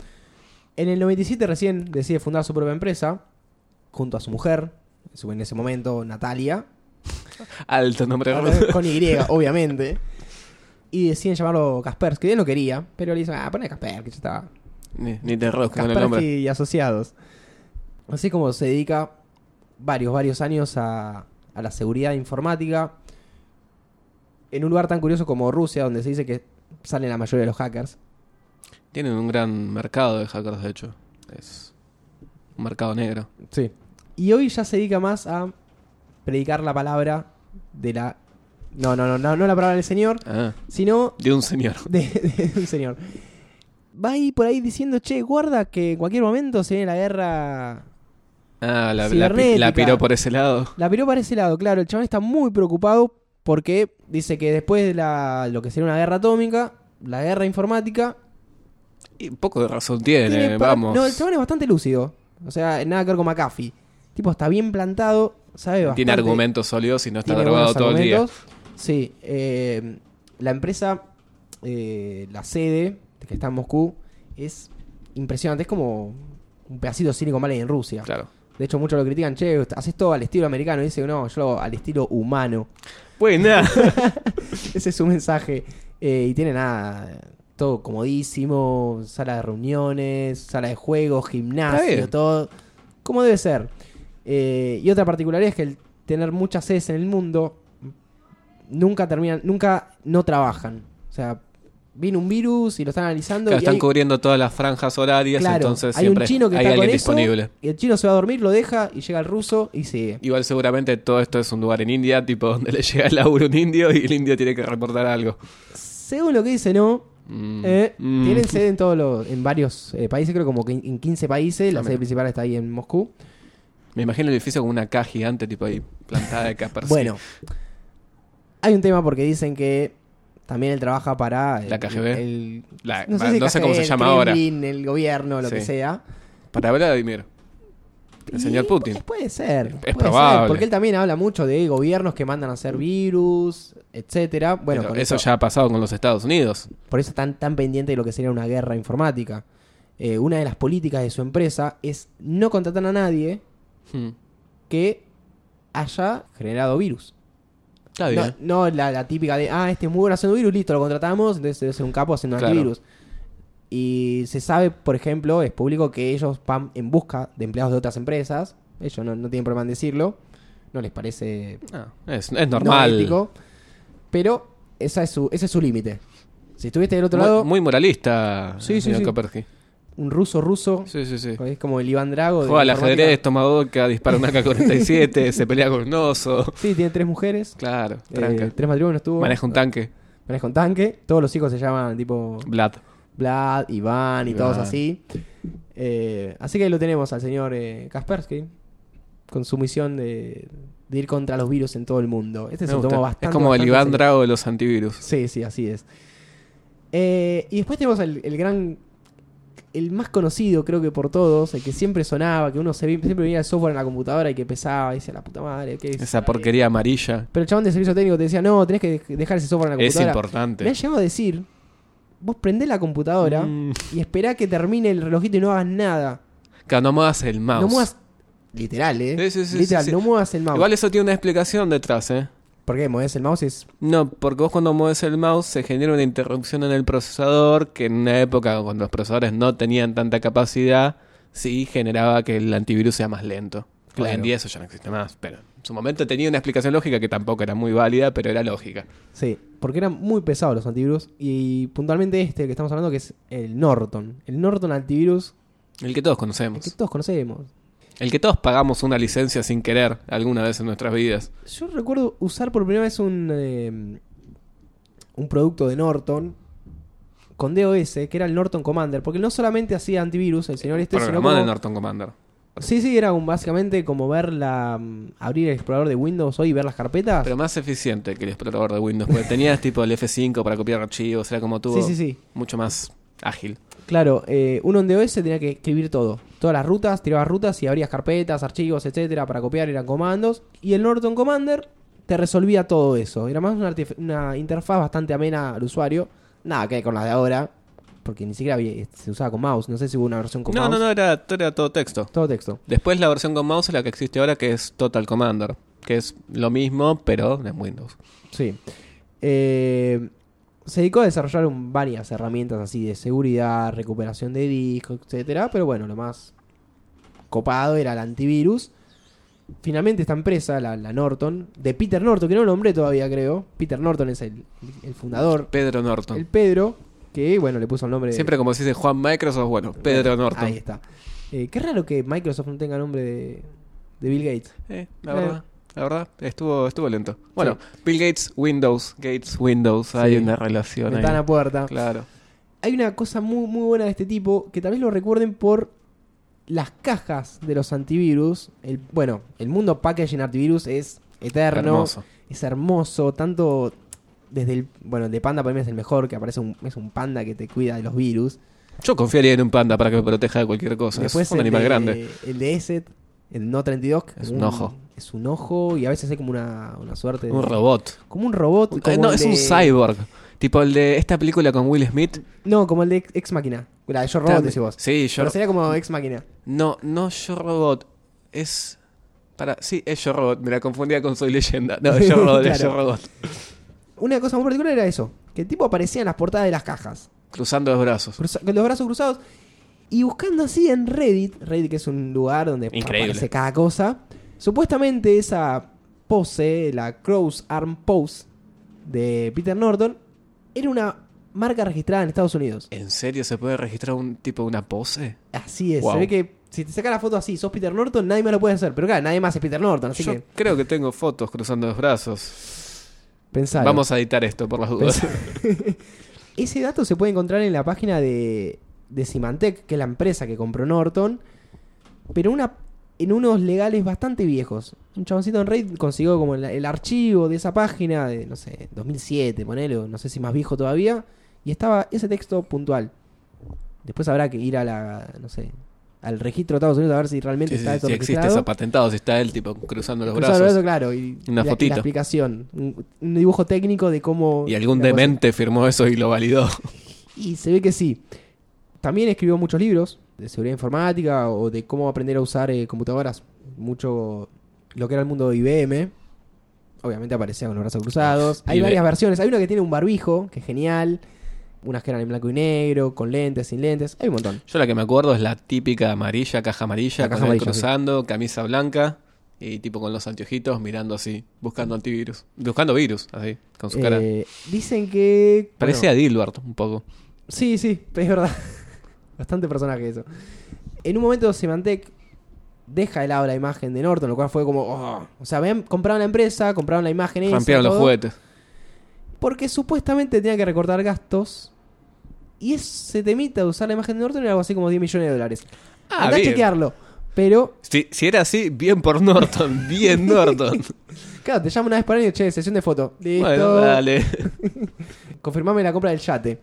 [SPEAKER 1] En el 97 recién decide fundar su propia empresa junto a su mujer, en ese momento Natalia,
[SPEAKER 2] Alto nombre.
[SPEAKER 1] con Y, obviamente. Y deciden llamarlo Kaspersky. Él no quería, pero le dicen, ah, pone Kaspersky, ya está.
[SPEAKER 2] ni, ni te rosca con el
[SPEAKER 1] Kaspersky
[SPEAKER 2] nombre.
[SPEAKER 1] y asociados. Así como se dedica varios, varios años a, a la seguridad informática. En un lugar tan curioso como Rusia, donde se dice que salen la mayoría de los hackers.
[SPEAKER 2] Tienen un gran mercado de hackers, de hecho. Es un mercado negro.
[SPEAKER 1] Sí. Y hoy ya se dedica más a predicar la palabra de la. No, no, no, no, no la palabra del Señor,
[SPEAKER 2] Ah,
[SPEAKER 1] sino
[SPEAKER 2] de un señor.
[SPEAKER 1] de, de un señor. Va ahí por ahí diciendo, che, guarda que en cualquier momento se viene la guerra.
[SPEAKER 2] Ah, la, la, pi-
[SPEAKER 1] Cibernética.
[SPEAKER 2] la piró por ese lado.
[SPEAKER 1] La piró para ese lado, claro. El chabón está muy preocupado porque dice que después de la, lo que sería una guerra atómica, la guerra informática.
[SPEAKER 2] Y poco de razón tiene,
[SPEAKER 1] tiene pa-
[SPEAKER 2] Eh, vamos.
[SPEAKER 1] No, el chabón es bastante lúcido. O sea, nada que ver con McAfee. Tipo, está bien plantado, sabe bastante.
[SPEAKER 2] tiene argumentos sólidos y no está
[SPEAKER 1] tiene
[SPEAKER 2] drogado
[SPEAKER 1] buenos
[SPEAKER 2] todo el día.
[SPEAKER 1] argumentos. Sí, eh, la empresa, eh, la sede que está en Moscú, es impresionante. Es como un pedacito de Silicon Valley en Rusia.
[SPEAKER 2] Claro.
[SPEAKER 1] De hecho, muchos lo critican, che, haces todo al estilo americano. Y dice, no, yo lo hago al estilo humano.
[SPEAKER 2] Buena.
[SPEAKER 1] Ese es su mensaje. Eh, y tiene nada, todo comodísimo, sala de reuniones, sala de juegos,
[SPEAKER 2] Está
[SPEAKER 1] gimnasio,
[SPEAKER 2] bien.
[SPEAKER 1] todo. Como debe ser. Eh, y otra particularidad es que el tener muchas sedes en el mundo nunca terminan, nunca no trabajan. O sea, viene un virus y lo están analizando.
[SPEAKER 2] Claro,
[SPEAKER 1] y
[SPEAKER 2] están
[SPEAKER 1] hay-
[SPEAKER 2] cubriendo todas las franjas horarias,
[SPEAKER 1] claro,
[SPEAKER 2] entonces
[SPEAKER 1] hay un
[SPEAKER 2] siempre
[SPEAKER 1] chino que
[SPEAKER 2] hay
[SPEAKER 1] está con
[SPEAKER 2] alguien
[SPEAKER 1] eso,
[SPEAKER 2] disponible.
[SPEAKER 1] y el chino se va a dormir, lo deja y llega el ruso y sigue.
[SPEAKER 2] Igual seguramente todo esto es un lugar en India, tipo donde le llega el laburo a un indio y el indio tiene que reportar algo.
[SPEAKER 1] Según lo que dice, no.
[SPEAKER 2] Mm,
[SPEAKER 1] Eh,
[SPEAKER 2] mm.
[SPEAKER 1] Tienen sede en todos los, en varios eh, países, creo como que en- en 15 países, la
[SPEAKER 2] Ah,
[SPEAKER 1] sede
[SPEAKER 2] mira.
[SPEAKER 1] principal está ahí en Moscú.
[SPEAKER 2] Me imagino el edificio con una K gigante, tipo ahí, plantada de Kaspersky.
[SPEAKER 1] Bueno, hay un tema porque dicen que también él trabaja para el-
[SPEAKER 2] La KGB.
[SPEAKER 1] el-
[SPEAKER 2] La-
[SPEAKER 1] no sé,
[SPEAKER 2] Ah, va,
[SPEAKER 1] si
[SPEAKER 2] no sé
[SPEAKER 1] KGB,
[SPEAKER 2] cómo se
[SPEAKER 1] el
[SPEAKER 2] llama ahora.
[SPEAKER 1] Kremlin, el gobierno, lo
[SPEAKER 2] Sí.
[SPEAKER 1] que sea.
[SPEAKER 2] Para Vladimir. El señor
[SPEAKER 1] Y
[SPEAKER 2] Putin.
[SPEAKER 1] pu- Puede ser.
[SPEAKER 2] Es
[SPEAKER 1] puede ser,
[SPEAKER 2] probable.
[SPEAKER 1] porque él también habla mucho de gobiernos que mandan a hacer virus, etcétera. Bueno,
[SPEAKER 2] Pero
[SPEAKER 1] con
[SPEAKER 2] eso, ya ha pasado con los Estados Unidos.
[SPEAKER 1] Por eso están tan pendientes de lo que sería una guerra informática. Eh, una de las políticas de su empresa es no contratar a nadie
[SPEAKER 2] Hmm.
[SPEAKER 1] que haya generado virus.
[SPEAKER 2] Está bien.
[SPEAKER 1] No, no la, la típica de, ah, este es muy bueno haciendo virus, listo, lo contratamos, entonces debe ser un capo haciendo
[SPEAKER 2] Claro.
[SPEAKER 1] antivirus. Y se sabe, por ejemplo, es público que ellos van en busca de empleados de otras empresas. Ellos no, no tienen problema en decirlo. No les parece
[SPEAKER 2] Ah, es, es
[SPEAKER 1] no
[SPEAKER 2] normal.
[SPEAKER 1] ético. Pero esa es su, ese es su límite. Si estuviste del otro
[SPEAKER 2] Muy-
[SPEAKER 1] lado,
[SPEAKER 2] muy, moralista,
[SPEAKER 1] Sí,
[SPEAKER 2] el
[SPEAKER 1] sí,
[SPEAKER 2] señor
[SPEAKER 1] sí.
[SPEAKER 2] Kaspersky.
[SPEAKER 1] un ruso ruso
[SPEAKER 2] Sí, sí, sí.
[SPEAKER 1] Es como el Iván Drago. de
[SPEAKER 2] Juega al
[SPEAKER 1] informática.
[SPEAKER 2] ajedrez, toma vodka, dispara una K-47, se pelea con un oso.
[SPEAKER 1] Sí, tiene tres mujeres.
[SPEAKER 2] Claro,
[SPEAKER 1] eh,
[SPEAKER 2] tranca.
[SPEAKER 1] tres matrimonios tuvo.
[SPEAKER 2] Maneja un tanque.
[SPEAKER 1] Maneja un tanque. Todos los hijos se llaman tipo
[SPEAKER 2] Vlad.
[SPEAKER 1] Vlad, Iván y
[SPEAKER 2] Iván.
[SPEAKER 1] todos así. Eh, así que ahí lo tenemos al señor eh, Kaspersky. Con su misión de, de ir contra los virus en todo el mundo. Este
[SPEAKER 2] Me
[SPEAKER 1] se lo
[SPEAKER 2] gusta.
[SPEAKER 1] tomó bastante.
[SPEAKER 2] es como el
[SPEAKER 1] bastante
[SPEAKER 2] Iván
[SPEAKER 1] serio.
[SPEAKER 2] Drago de los antivirus.
[SPEAKER 1] Sí, sí, así es. Eh, y después tenemos el, el gran. El más conocido, creo que por todos, el que siempre sonaba, que uno se vi- siempre veía el software en la computadora y que pesaba, y decía la puta madre, ¿qué es?
[SPEAKER 2] Esa porquería amarilla
[SPEAKER 1] Pero el chabón de servicio técnico te decía, no, tenés que dej- dejar ese software en la
[SPEAKER 2] es
[SPEAKER 1] computadora. Me
[SPEAKER 2] importante.
[SPEAKER 1] han llegado a decir, vos prendés la computadora
[SPEAKER 2] Mm.
[SPEAKER 1] y esperá que termine el relojito y no hagas nada.
[SPEAKER 2] Que no muevas el mouse.
[SPEAKER 1] No muevas. Literal, ¿eh?
[SPEAKER 2] Sí, sí, sí,
[SPEAKER 1] Literal,
[SPEAKER 2] sí, sí.
[SPEAKER 1] no muevas el mouse.
[SPEAKER 2] Igual eso tiene una explicación detrás, ¿eh?
[SPEAKER 1] ¿Por qué? ¿Mueves el mouse? y Es...
[SPEAKER 2] No, porque vos cuando mueves el mouse se genera una interrupción en el procesador que en una época cuando los procesadores no tenían tanta capacidad, sí generaba que el antivirus sea más lento. Hoy en
[SPEAKER 1] Claro.
[SPEAKER 2] día eso ya no existe más, pero en su momento tenía una explicación lógica que tampoco era muy válida, pero era lógica.
[SPEAKER 1] Sí, porque eran muy pesados los antivirus. Y puntualmente este que estamos hablando, que es el Norton. El Norton antivirus
[SPEAKER 2] El que
[SPEAKER 1] el
[SPEAKER 2] todos
[SPEAKER 1] que
[SPEAKER 2] conocemos.
[SPEAKER 1] todos conocemos.
[SPEAKER 2] El que todos pagamos una licencia sin querer alguna vez en nuestras vidas.
[SPEAKER 1] Yo recuerdo usar por primera vez un, eh, un producto de Norton con DOS, que era el Norton Commander, porque no solamente hacía antivirus el señor este, sino
[SPEAKER 2] Programado en
[SPEAKER 1] como-
[SPEAKER 2] Norton Commander.
[SPEAKER 1] Sí, sí, era un, básicamente como ver la mm, abrir el explorador de Windows hoy y ver las carpetas.
[SPEAKER 2] Pero más eficiente que el explorador de Windows, porque tenías tipo el F5 para copiar archivos, era como tú.
[SPEAKER 1] Sí, sí, sí.
[SPEAKER 2] Mucho más ágil.
[SPEAKER 1] Claro, eh, uno en DOS tenía que escribir todo. Todas las rutas, tirabas rutas y abrías carpetas, archivos, etcétera, para copiar eran comandos. Y el Norton Commander te resolvía todo eso. Era más una, artef- una interfaz bastante amena al usuario. Nada que ver con las de ahora, porque ni siquiera había- se usaba con mouse. No sé si hubo una versión con
[SPEAKER 2] No,
[SPEAKER 1] mouse.
[SPEAKER 2] no, no, era, era todo texto.
[SPEAKER 1] Todo texto.
[SPEAKER 2] Después la versión con mouse es la que existe ahora, que es Total Commander, que es lo mismo, pero en Windows.
[SPEAKER 1] Sí. Eh, se dedicó a desarrollar un- varias herramientas así de seguridad, recuperación de discos, etcétera. Pero bueno, lo más copado era el antivirus. Finalmente esta empresa, la, la Norton, de Peter Norton, que no lo nombré todavía creo. Peter Norton es el, el fundador.
[SPEAKER 2] Pedro
[SPEAKER 1] El
[SPEAKER 2] Norton.
[SPEAKER 1] Pedro, que bueno, le puso el nombre... de-
[SPEAKER 2] Siempre como se dice Juan Microsoft, bueno, Pedro
[SPEAKER 1] Ahí
[SPEAKER 2] Norton.
[SPEAKER 1] está. Eh, qué raro que Microsoft no tenga nombre de, de Bill Gates.
[SPEAKER 2] Eh, la verdad, la verdad, estuvo, estuvo lento. Bueno, Bill Gates, Windows, Gates, Windows, hay
[SPEAKER 1] Sí.
[SPEAKER 2] una relación ahí.
[SPEAKER 1] Ventana puerta.
[SPEAKER 2] Claro.
[SPEAKER 1] hay una cosa muy, muy buena de este tipo que tal vez lo recuerden por las cajas de los antivirus. El, bueno, el mundo packaging antivirus es eterno.
[SPEAKER 2] Hermoso.
[SPEAKER 1] Es hermoso, tanto desde el... Bueno, el de Panda para mí es el mejor, que aparece un, es un panda que te cuida de los virus.
[SPEAKER 2] Yo confiaría en un panda para que me proteja de cualquier cosa. es un
[SPEAKER 1] el
[SPEAKER 2] animal
[SPEAKER 1] de-
[SPEAKER 2] grande.
[SPEAKER 1] El de ESET, el No 32. que
[SPEAKER 2] Es un ojo.
[SPEAKER 1] Es un ojo y a veces hay como una, una suerte de...
[SPEAKER 2] Un robot.
[SPEAKER 1] Como un robot.
[SPEAKER 2] Un-
[SPEAKER 1] como
[SPEAKER 2] no,
[SPEAKER 1] el
[SPEAKER 2] es un
[SPEAKER 1] de-
[SPEAKER 2] cyborg. Tipo el de esta película con Will Smith.
[SPEAKER 1] No, como el de Ex, Ex Máquina. La de Yo Robot,
[SPEAKER 2] También.
[SPEAKER 1] decís vos.
[SPEAKER 2] Sí, yo-
[SPEAKER 1] Pero sería como Ex Máquina.
[SPEAKER 2] No, no Yo Robot. Es. Para, sí, es Yo Robot. Me la confundía con Soy Leyenda. No, Yo Robot es
[SPEAKER 1] Claro.
[SPEAKER 2] Yo Robot.
[SPEAKER 1] Una cosa muy particular era eso, que el tipo aparecía en las portadas de las cajas,
[SPEAKER 2] Cruzando los brazos.
[SPEAKER 1] cruza- con los brazos cruzados, y buscando así en Reddit, Reddit que es un lugar donde
[SPEAKER 2] Increíble.
[SPEAKER 1] aparece cada cosa, supuestamente esa pose, la Crow's Arm Pose de Peter Norton, era una marca registrada en Estados Unidos.
[SPEAKER 2] ¿En serio se puede registrar un tipo una pose?
[SPEAKER 1] Así es,
[SPEAKER 2] Wow.
[SPEAKER 1] se ve que si te saca la foto así, sos Peter Norton, nadie más lo puede hacer, pero claro, nadie más es Peter Norton, así
[SPEAKER 2] Yo
[SPEAKER 1] que
[SPEAKER 2] creo que tengo fotos cruzando los brazos.
[SPEAKER 1] pensalo.
[SPEAKER 2] Vamos a editar esto por las dudas.
[SPEAKER 1] Ese dato se puede encontrar en la página de, de Symantec, que es la empresa que compró Norton, pero una, en unos legales bastante viejos. Un chaboncito en Reddit consiguió como el, el archivo de esa página de, no sé, 2007, ponele, o no sé si más viejo todavía, y estaba ese texto puntual. Después habrá que ir a la, no sé, al registro de Estados Unidos a ver si realmente
[SPEAKER 2] Sí, sí,
[SPEAKER 1] está esto
[SPEAKER 2] sí, existe
[SPEAKER 1] registrado.
[SPEAKER 2] eso patentado, si está él tipo cruzando los
[SPEAKER 1] Cruzado
[SPEAKER 2] brazos.
[SPEAKER 1] el brazo, claro, y y
[SPEAKER 2] Una
[SPEAKER 1] la- y la,
[SPEAKER 2] fotito.
[SPEAKER 1] explicación, un, un dibujo técnico de cómo...
[SPEAKER 2] Y algún
[SPEAKER 1] la cosa.
[SPEAKER 2] demente firmó eso y lo validó.
[SPEAKER 1] Y se ve que sí. También escribió muchos libros de seguridad informática o de cómo aprender a usar eh, computadoras. Mucho lo que era el mundo de IBM. Obviamente aparecía con los brazos cruzados. Hay
[SPEAKER 2] IBM.
[SPEAKER 1] varias versiones. Hay una que tiene un barbijo, que es genial. Unas que eran en blanco y negro, con lentes, sin lentes. Hay un montón.
[SPEAKER 2] Yo la que me acuerdo es la típica amarilla, caja amarilla,
[SPEAKER 1] La caja
[SPEAKER 2] con él
[SPEAKER 1] amarilla,
[SPEAKER 2] cruzando, camisa blanca y tipo con los anteojitos mirando así, buscando antivirus, buscando virus, así, con su cara.
[SPEAKER 1] Eh, dicen que...
[SPEAKER 2] Parece
[SPEAKER 1] bueno,
[SPEAKER 2] a Dilbert un poco.
[SPEAKER 1] Sí, sí, es verdad. Bastante personaje eso. En un momento Symantec deja de lado la imagen de Norton, lo cual fue como... oh. O sea, habían- compraron la empresa, compraron la imagen esa,
[SPEAKER 2] Rampearon los
[SPEAKER 1] todo.
[SPEAKER 2] juguetes.
[SPEAKER 1] Porque supuestamente tenía que recortar gastos. Y ese temita de usar la imagen de Norton era algo así como 10 millones de dólares.
[SPEAKER 2] Ah,
[SPEAKER 1] Andá a
[SPEAKER 2] bien.
[SPEAKER 1] chequearlo. Pero,
[SPEAKER 2] Si, si era así, bien por Norton, bien Norton.
[SPEAKER 1] claro, te llamo una vez por año, che, sesión de foto. Listo.
[SPEAKER 2] bueno, dale.
[SPEAKER 1] Confirmame la compra del yate.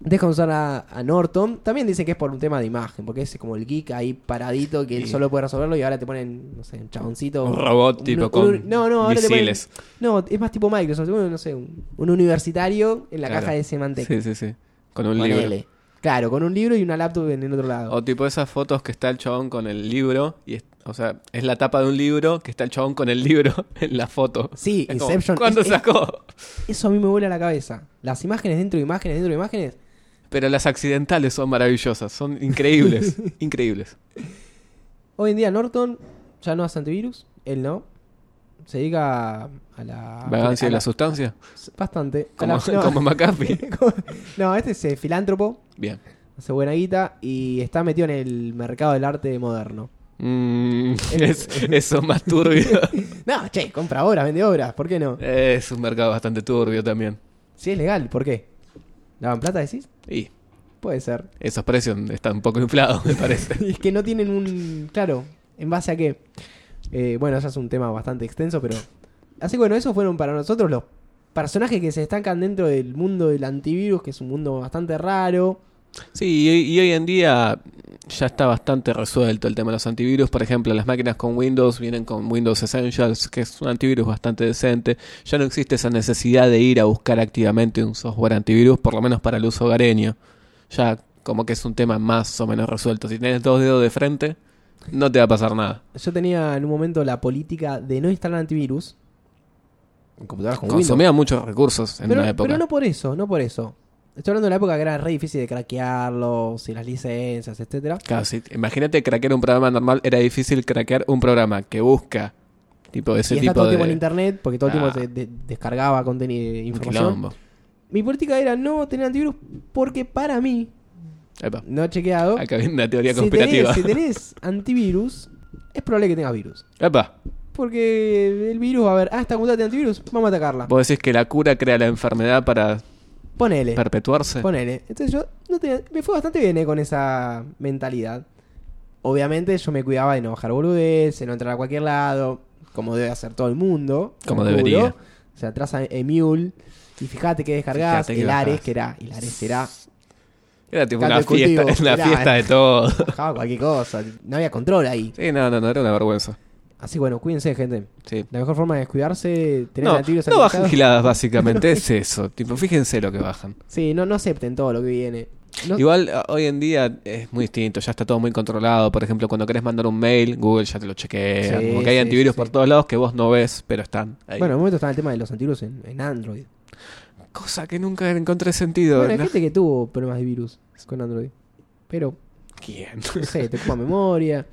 [SPEAKER 1] Dejan usar a, a Norton. También dicen que es por un tema de imagen, porque es como el geek ahí paradito que él
[SPEAKER 2] Sí.
[SPEAKER 1] solo puede resolverlo y ahora te ponen, no sé, un chaboncito.
[SPEAKER 2] Un robot tipo con
[SPEAKER 1] no, no, ahora te ponen-
[SPEAKER 2] misiles.
[SPEAKER 1] no, es más tipo Microsoft, bueno, no sé, un, un universitario en la
[SPEAKER 2] Claro.
[SPEAKER 1] caja de Symantec.
[SPEAKER 2] Sí, sí, sí. Con un libro.
[SPEAKER 1] Ponele. Claro, con un libro y una laptop en el otro lado.
[SPEAKER 2] O tipo esas fotos que está el chabón con el libro y es- O sea, es la tapa de un libro que está el chabón con el libro en la foto.
[SPEAKER 1] Sí,
[SPEAKER 2] Es como,
[SPEAKER 1] Inception
[SPEAKER 2] ¿Cuándo
[SPEAKER 1] es- es-
[SPEAKER 2] sacó?
[SPEAKER 1] Eso a mí me vuela la cabeza. Las imágenes dentro de imágenes dentro de imágenes.
[SPEAKER 2] Pero las accidentales son maravillosas, son increíbles, increíbles.
[SPEAKER 1] Hoy en día Norton ya no hace antivirus, él no. Se dedica a a la...
[SPEAKER 2] Vagancia
[SPEAKER 1] Ah, a
[SPEAKER 2] de la sustancia,
[SPEAKER 1] Bastante. A
[SPEAKER 2] como,
[SPEAKER 1] la- no.
[SPEAKER 2] como McAfee.
[SPEAKER 1] no, este es eh, filántropo,
[SPEAKER 2] Bien.
[SPEAKER 1] hace buena guita y está metido en el mercado del arte moderno.
[SPEAKER 2] Mm, es, eso es más turbio.
[SPEAKER 1] No, che, compra obras, vende obras, ¿por qué no?
[SPEAKER 2] es un mercado bastante turbio también.
[SPEAKER 1] Si es legal, ¿por qué? ¿Lavan plata decís?
[SPEAKER 2] Y
[SPEAKER 1] Puede ser.
[SPEAKER 2] esos precios están un poco inflados, me parece.
[SPEAKER 1] Y es que no tienen un. Claro, ¿en base a qué? Eh, bueno, ya es un tema bastante extenso, pero. Así que bueno, esos fueron para nosotros los personajes que se estancan dentro del mundo del antivirus, que es un mundo bastante raro.
[SPEAKER 2] Sí, y, y hoy en día ya está bastante resuelto el tema de los antivirus. Por ejemplo, las máquinas con Windows vienen con Windows Essentials, que es un antivirus bastante decente. Ya no existe esa necesidad de ir a buscar activamente un software antivirus, por lo menos para el uso hogareño. Ya como que es un tema más o menos resuelto. Si tenés dos dedos de frente, no te va a pasar nada.
[SPEAKER 1] Yo tenía en un momento la política de no instalar antivirus. En computadoras con Windows.
[SPEAKER 2] Consumía muchos recursos en
[SPEAKER 1] pero,
[SPEAKER 2] una época.
[SPEAKER 1] pero no por eso, no por eso. Estoy hablando de la época que era re difícil de craquearlos y las licencias, etcétera.
[SPEAKER 2] Claro, sí. imagínate craquear un programa normal, era difícil craquear un programa que busca tipo ese
[SPEAKER 1] y está
[SPEAKER 2] tipo
[SPEAKER 1] todo el
[SPEAKER 2] de
[SPEAKER 1] tiempo en internet, porque todo el
[SPEAKER 2] Ah.
[SPEAKER 1] tiempo se de- descargaba contenido,
[SPEAKER 2] un
[SPEAKER 1] información.
[SPEAKER 2] quilombo.
[SPEAKER 1] Mi política era no tener antivirus porque para mí,
[SPEAKER 2] Epa.
[SPEAKER 1] no he chequeado,
[SPEAKER 2] Acá viene una teoría
[SPEAKER 1] si tenés,
[SPEAKER 2] conspirativa.
[SPEAKER 1] si tenés antivirus, es probable que tengas virus.
[SPEAKER 2] Epa,
[SPEAKER 1] Porque el virus va a ver, ah, esta computadora tiene antivirus, vamos a atacarla.
[SPEAKER 2] vos decís que la cura crea la enfermedad para
[SPEAKER 1] Eh, Ponele,
[SPEAKER 2] perpetuarse.
[SPEAKER 1] ponele. Entonces yo no tenía- me fue bastante bien eh, con esa mentalidad. Obviamente yo me cuidaba de no bajar boludeces, no entrar a cualquier lado, como debe hacer todo el mundo.
[SPEAKER 2] Como
[SPEAKER 1] calculo.
[SPEAKER 2] debería.
[SPEAKER 1] O sea, atrás a Emule y fíjate que descargás,
[SPEAKER 2] Fíjate que
[SPEAKER 1] el Ares,
[SPEAKER 2] bajás.
[SPEAKER 1] que era, el Ares era
[SPEAKER 2] Era tipo una
[SPEAKER 1] Caldo de
[SPEAKER 2] fiesta,
[SPEAKER 1] cultivo.
[SPEAKER 2] una
[SPEAKER 1] Era-
[SPEAKER 2] fiesta de todo.
[SPEAKER 1] Bajaba cualquier cosa. No había control ahí.
[SPEAKER 2] Sí, no, no, no, era una vergüenza.
[SPEAKER 1] Así bueno, cuídense, gente.
[SPEAKER 2] Sí.
[SPEAKER 1] La mejor forma de descuidarse, tener
[SPEAKER 2] No,
[SPEAKER 1] antivirus
[SPEAKER 2] no bajan
[SPEAKER 1] actualizados.
[SPEAKER 2] giladas, básicamente, es eso. Tipo, fíjense lo que bajan.
[SPEAKER 1] Sí, no, no acepten todo lo que viene. No-
[SPEAKER 2] Igual a- hoy en día es muy distinto, ya está todo muy controlado. Por ejemplo, cuando querés mandar un mail, Google ya te lo chequea.
[SPEAKER 1] Sí,
[SPEAKER 2] Como que hay
[SPEAKER 1] sí,
[SPEAKER 2] antivirus
[SPEAKER 1] sí.
[SPEAKER 2] por todos lados que vos no ves, pero están ahí.
[SPEAKER 1] Bueno, en un momento estaba el tema de los antivirus en, en Android.
[SPEAKER 2] Cosa que nunca encontré sentido.
[SPEAKER 1] Bueno, hay
[SPEAKER 2] ¿no?
[SPEAKER 1] gente que tuvo problemas de virus con Android. Pero,
[SPEAKER 2] ¿Quién?
[SPEAKER 1] no sé, te ocupa memoria.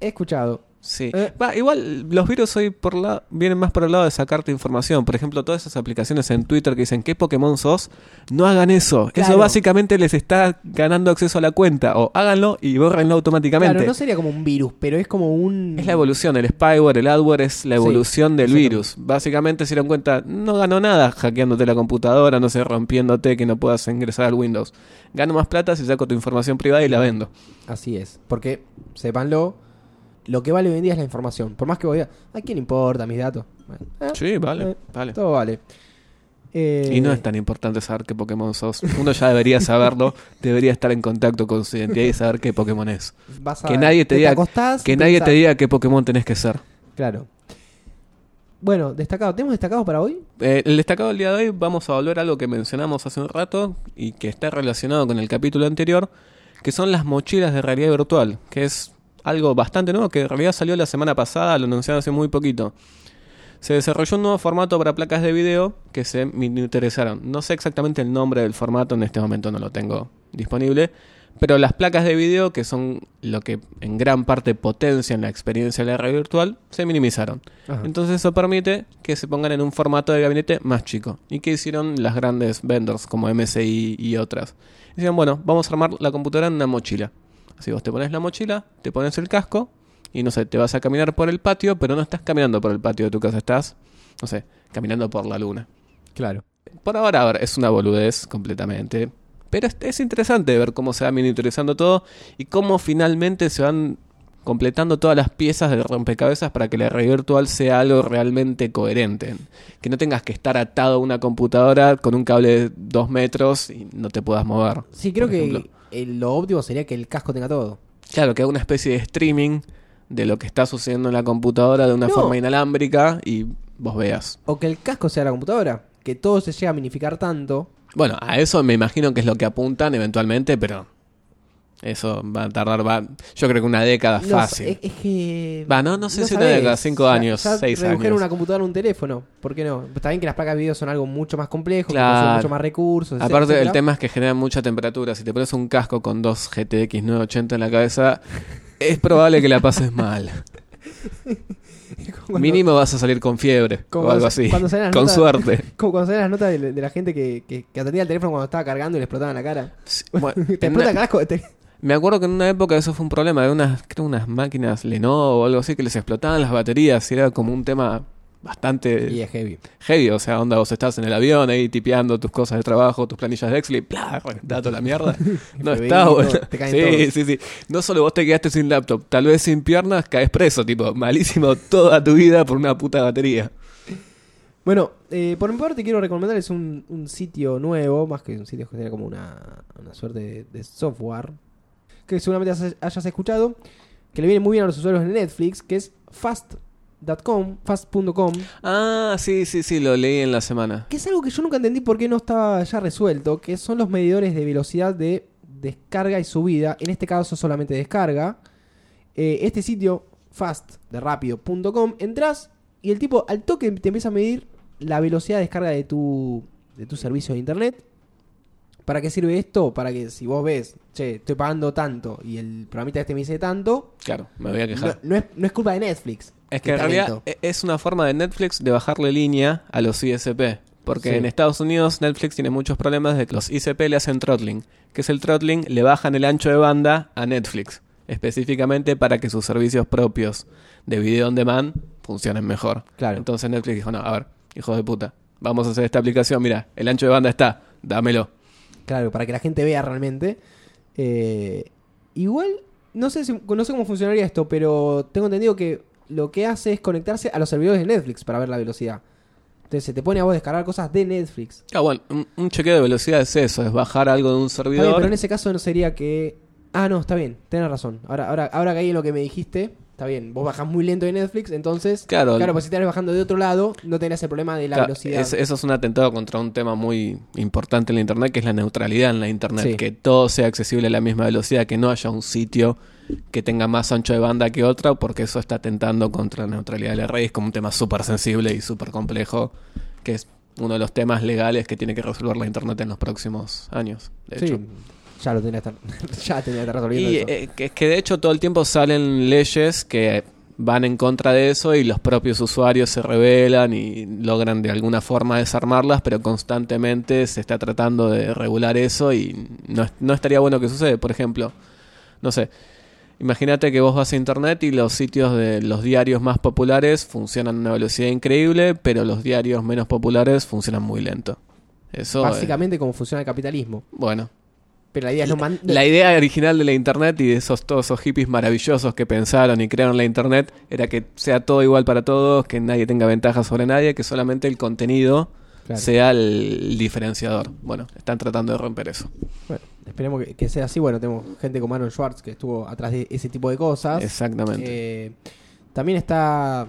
[SPEAKER 1] He escuchado.
[SPEAKER 2] Sí.
[SPEAKER 1] Eh.
[SPEAKER 2] Va, igual los virus hoy por la... vienen más por el lado de sacarte información. Por ejemplo, todas esas aplicaciones en Twitter que dicen qué Pokémon sos, no hagan eso. Eso
[SPEAKER 1] Claro.
[SPEAKER 2] básicamente les está ganando acceso a la cuenta. O háganlo y bórrenlo automáticamente.
[SPEAKER 1] Claro, no sería como un virus, pero es como un...
[SPEAKER 2] Es la evolución, el spyware, el adware es la
[SPEAKER 1] Sí,
[SPEAKER 2] evolución del
[SPEAKER 1] exactamente.
[SPEAKER 2] virus. Básicamente se dieron cuenta, no ganó nada hackeándote la computadora, no sé, rompiéndote que no puedas ingresar al Windows. Gano más plata si saco tu información privada y la vendo.
[SPEAKER 1] Así es. Porque, sépanlo, lo que vale hoy en día es la información. Por más que vos digas, ¿a quién importa mis datos? Bueno, eh,
[SPEAKER 2] Sí,
[SPEAKER 1] eh,
[SPEAKER 2] vale, vale.
[SPEAKER 1] Todo vale. Eh,
[SPEAKER 2] Y no es tan importante saber qué Pokémon sos. Uno ya debería saberlo, debería estar en contacto con su identidad y saber qué Pokémon es.
[SPEAKER 1] vas a-
[SPEAKER 2] Que nadie te diga-
[SPEAKER 1] acostás,
[SPEAKER 2] Que nadie te
[SPEAKER 1] pensás.
[SPEAKER 2] diga qué Pokémon tenés que ser.
[SPEAKER 1] Claro. Bueno, destacado. ¿Tenemos destacados para hoy?
[SPEAKER 2] Eh, el destacado del día de hoy vamos a volver a algo que mencionamos hace un rato y que está relacionado con el capítulo anterior, que son las mochilas de realidad virtual, que es algo bastante nuevo que en realidad salió la semana pasada, lo anunciaron hace muy poquito. Se desarrolló un nuevo formato para placas de video que se me interesaron. No sé exactamente el nombre del formato, en este momento no lo tengo disponible. Pero las placas de video, que son lo que en gran parte potencian la experiencia de la realidad virtual, se minimizaron.
[SPEAKER 1] Ajá.
[SPEAKER 2] Entonces eso permite que se pongan en un formato de gabinete más chico. ¿Y qué hicieron las grandes vendors como MSI y otras? Dijeron, bueno, vamos a armar la computadora en una mochila. Así vos te pones la mochila, te pones el casco y no sé, te vas a caminar por el patio, pero no estás caminando por el patio de tu casa, estás, no sé, caminando por la luna.
[SPEAKER 1] Claro.
[SPEAKER 2] Por ahora, ahora es una boludez completamente. Pero es, es interesante ver cómo se va miniaturizando todo y cómo finalmente se van completando todas las piezas del rompecabezas para que la realidad virtual sea algo realmente coherente. Que no tengas que estar atado a una computadora con un cable de dos metros y no te puedas mover.
[SPEAKER 1] Sí, creo
[SPEAKER 2] por
[SPEAKER 1] que
[SPEAKER 2] ejemplo.
[SPEAKER 1] eh, lo óptimo sería que el casco tenga todo.
[SPEAKER 2] Claro, que haga una especie de streaming de lo que está sucediendo en la computadora de una
[SPEAKER 1] No.
[SPEAKER 2] forma inalámbrica y vos veas.
[SPEAKER 1] O que el casco sea la computadora. Que todo se llegue a minificar tanto.
[SPEAKER 2] Bueno, a eso me imagino que es lo que apuntan eventualmente, pero Eso va a tardar, va, yo creo que una década
[SPEAKER 1] No,
[SPEAKER 2] Ah, fácil.
[SPEAKER 1] Es, es que.
[SPEAKER 2] Va, no- no sé si una
[SPEAKER 1] sabés.
[SPEAKER 2] década, cinco
[SPEAKER 1] Ya-
[SPEAKER 2] años,
[SPEAKER 1] ya
[SPEAKER 2] seis
[SPEAKER 1] redujeron
[SPEAKER 2] años.
[SPEAKER 1] una computadora a un teléfono. ¿Por qué no? Está bien que las placas de video son algo mucho más complejo, que
[SPEAKER 2] Claro.
[SPEAKER 1] consumen mucho más recursos. etc-
[SPEAKER 2] Aparte, el
[SPEAKER 1] etcétera.
[SPEAKER 2] tema es que genera mucha temperatura. Si te pones un casco con dos GTX 980 en la cabeza, es probable que la pases mal.
[SPEAKER 1] Cuando-
[SPEAKER 2] Mínimo vas a salir con fiebre
[SPEAKER 1] Como
[SPEAKER 2] o
[SPEAKER 1] cuando-
[SPEAKER 2] algo así.
[SPEAKER 1] cuando salen las
[SPEAKER 2] Con
[SPEAKER 1] notas-
[SPEAKER 2] suerte.
[SPEAKER 1] Como cuando salen las notas de, de la gente que, que, que atendía el teléfono cuando estaba cargando y le explotaban la cara.
[SPEAKER 2] Sí, bueno,
[SPEAKER 1] Te
[SPEAKER 2] en
[SPEAKER 1] explota el
[SPEAKER 2] una-
[SPEAKER 1] casco. te-
[SPEAKER 2] me acuerdo que en una época eso fue un problema. Había unas, creo, unas máquinas Lenovo o algo así que les explotaban las baterías y era como un tema bastante
[SPEAKER 1] Y es heavy.
[SPEAKER 2] heavy. O sea, onda, vos estás en el avión ahí tipeando tus cosas de trabajo, tus planillas de Excel y ¡plá! reventá toda la mierda. No
[SPEAKER 1] Te
[SPEAKER 2] está
[SPEAKER 1] ven y
[SPEAKER 2] bueno.
[SPEAKER 1] todo, te caen
[SPEAKER 2] sí,
[SPEAKER 1] todos.
[SPEAKER 2] sí, sí. No solo vos te quedaste sin laptop, tal vez sin piernas caes preso, tipo, malísimo toda tu vida por una puta batería.
[SPEAKER 1] Bueno, eh, por mi parte quiero recomendarles un, un sitio nuevo, más que un sitio que sería como una, una suerte de, de software, que seguramente has- hayas escuchado, que le viene muy bien a los usuarios de Netflix, que es fast.com, fast.com,
[SPEAKER 2] Ah, sí, sí, sí, lo leí en la semana.
[SPEAKER 1] que es algo que yo nunca entendí por qué no estaba ya resuelto, que son los medidores de velocidad de descarga y subida, en este caso solamente descarga. Eh, este sitio, fast, de rápido.com, entras y el tipo al toque te empieza a medir la velocidad de descarga de tu, de tu servicio de internet. ¿Para qué sirve esto? Para que si vos ves, che, estoy pagando tanto y el programita este me dice tanto,
[SPEAKER 2] Claro, me voy a
[SPEAKER 1] no,
[SPEAKER 2] quejar.
[SPEAKER 1] no es, no es culpa de Netflix.
[SPEAKER 2] es que en
[SPEAKER 1] Está
[SPEAKER 2] realidad
[SPEAKER 1] lento.
[SPEAKER 2] e- es una forma de Netflix de bajarle línea a los ISP. Porque
[SPEAKER 1] Sí.
[SPEAKER 2] en Estados Unidos Netflix tiene muchos problemas de que los ISP le hacen throttling. Que es el throttling, le bajan el ancho de banda a Netflix. Específicamente para que sus servicios propios de video on demand funcionen mejor.
[SPEAKER 1] Claro.
[SPEAKER 2] Entonces Netflix dijo, no, a ver, hijo de puta, vamos a hacer esta aplicación, mira, el ancho de banda está, dámelo.
[SPEAKER 1] Claro, para que la gente vea realmente. Eh, igual, no sé, si- no sé cómo funcionaría esto, pero tengo entendido que lo que hace es conectarse a los servidores de Netflix para ver la velocidad. Entonces se te pone a vos descargar cosas de Netflix.
[SPEAKER 2] Ah, bueno, un, un chequeo de velocidad es eso, es bajar algo de un
[SPEAKER 1] Está bien,
[SPEAKER 2] servidor.
[SPEAKER 1] pero en ese caso no sería que... Ah, no, está bien, tenés razón. Ahora, ahora, ahora caí en lo que me dijiste. Está bien, vos bajás muy lento de Netflix, entonces...
[SPEAKER 2] Claro.
[SPEAKER 1] Claro, pues si estás bajando de otro lado, no tenés el problema de la
[SPEAKER 2] Claro,
[SPEAKER 1] velocidad.
[SPEAKER 2] es- eso es un atentado contra un tema muy importante en la Internet, que es la neutralidad en la Internet.
[SPEAKER 1] Sí.
[SPEAKER 2] Que todo sea accesible a la misma velocidad, que no haya un sitio que tenga más ancho de banda que otro, porque eso está atentando contra la neutralidad de la red. Es como un tema súper sensible y súper complejo, que es uno de los temas legales que tiene que resolver la Internet en los próximos años. De
[SPEAKER 1] Sí,
[SPEAKER 2] hecho.
[SPEAKER 1] ya lo tenía que estar, ya tenía que estar resolviendo
[SPEAKER 2] Y
[SPEAKER 1] eso.
[SPEAKER 2] eh, que, que de hecho todo el tiempo salen leyes que van en contra de eso y los propios usuarios se rebelan y logran de alguna forma desarmarlas, pero constantemente se está tratando de regular eso y no, es- no estaría bueno que suceda. Por ejemplo, no sé, imagínate que vos vas a internet y los sitios de los diarios más populares funcionan a una velocidad increíble, pero los diarios menos populares funcionan muy lento. Eso, eh,
[SPEAKER 1] Básicamente como funciona el capitalismo.
[SPEAKER 2] bueno.
[SPEAKER 1] Pero la idea es no man-
[SPEAKER 2] La idea original de la internet y de esos todos esos hippies maravillosos que pensaron y crearon la internet era que sea todo igual para todos, que nadie tenga ventaja sobre nadie, que solamente el contenido
[SPEAKER 1] Claro.
[SPEAKER 2] sea el diferenciador. Bueno, están tratando de romper eso.
[SPEAKER 1] Bueno, esperemos que, que sea así. Bueno, tenemos gente como Aaron Schwartz que estuvo atrás de ese tipo de cosas.
[SPEAKER 2] Exactamente.
[SPEAKER 1] Ah, Eh, también está,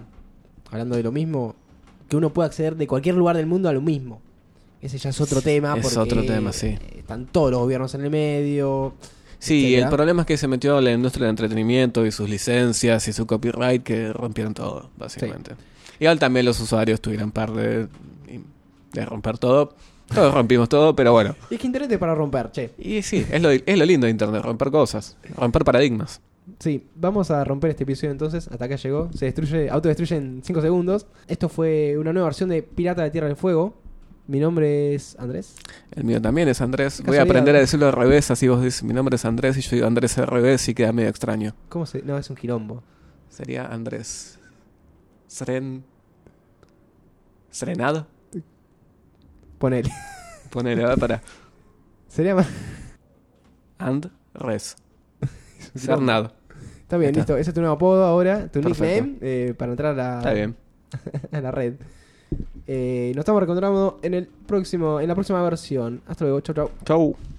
[SPEAKER 1] hablando de lo mismo, que uno puede acceder de cualquier lugar del mundo a lo mismo. Ese ya es otro tema.
[SPEAKER 2] Es
[SPEAKER 1] porque,
[SPEAKER 2] otro tema, sí.
[SPEAKER 1] eh, Están todos los gobiernos en el medio.
[SPEAKER 2] sí,
[SPEAKER 1] etcétera.
[SPEAKER 2] el problema es que se metió la industria del entretenimiento y sus licencias y su copyright que rompieron todo, básicamente. Igual también los usuarios tuvieron par de, de romper todo. Todos rompimos todo, pero bueno.
[SPEAKER 1] Y es que Internet es para romper, che.
[SPEAKER 2] Y sí, es lo, es lo lindo de Internet, romper cosas, romper paradigmas.
[SPEAKER 1] Sí, vamos a romper este episodio entonces. Hasta acá llegó. Se destruye, autodestruye en 5 segundos. Esto fue una nueva versión de Pirata de Tierra del Fuego. Mi nombre es Andrés.
[SPEAKER 2] El mío también es Andrés. Voy a
[SPEAKER 1] Casualidad.
[SPEAKER 2] aprender a decirlo al revés, así vos dices, mi nombre es Andrés y yo digo Andrés al revés y queda medio extraño.
[SPEAKER 1] ¿Cómo se.? No, es un quilombo.
[SPEAKER 2] Sería Andrés. Sren... Serenado.
[SPEAKER 1] Ponele.
[SPEAKER 2] Ponele, a ver, para.
[SPEAKER 1] Sería más.
[SPEAKER 2] Andrés. Sernado.
[SPEAKER 1] Está bien,
[SPEAKER 2] Está.
[SPEAKER 1] listo. Ese es tu nuevo apodo ahora, tu
[SPEAKER 2] Perfecto.
[SPEAKER 1] nickname, eh, para entrar a,
[SPEAKER 2] Está bien.
[SPEAKER 1] a la red. Eh, nos estamos reencontrando en el próximo, en la próxima versión. Hasta luego, chau chau.
[SPEAKER 2] Chau.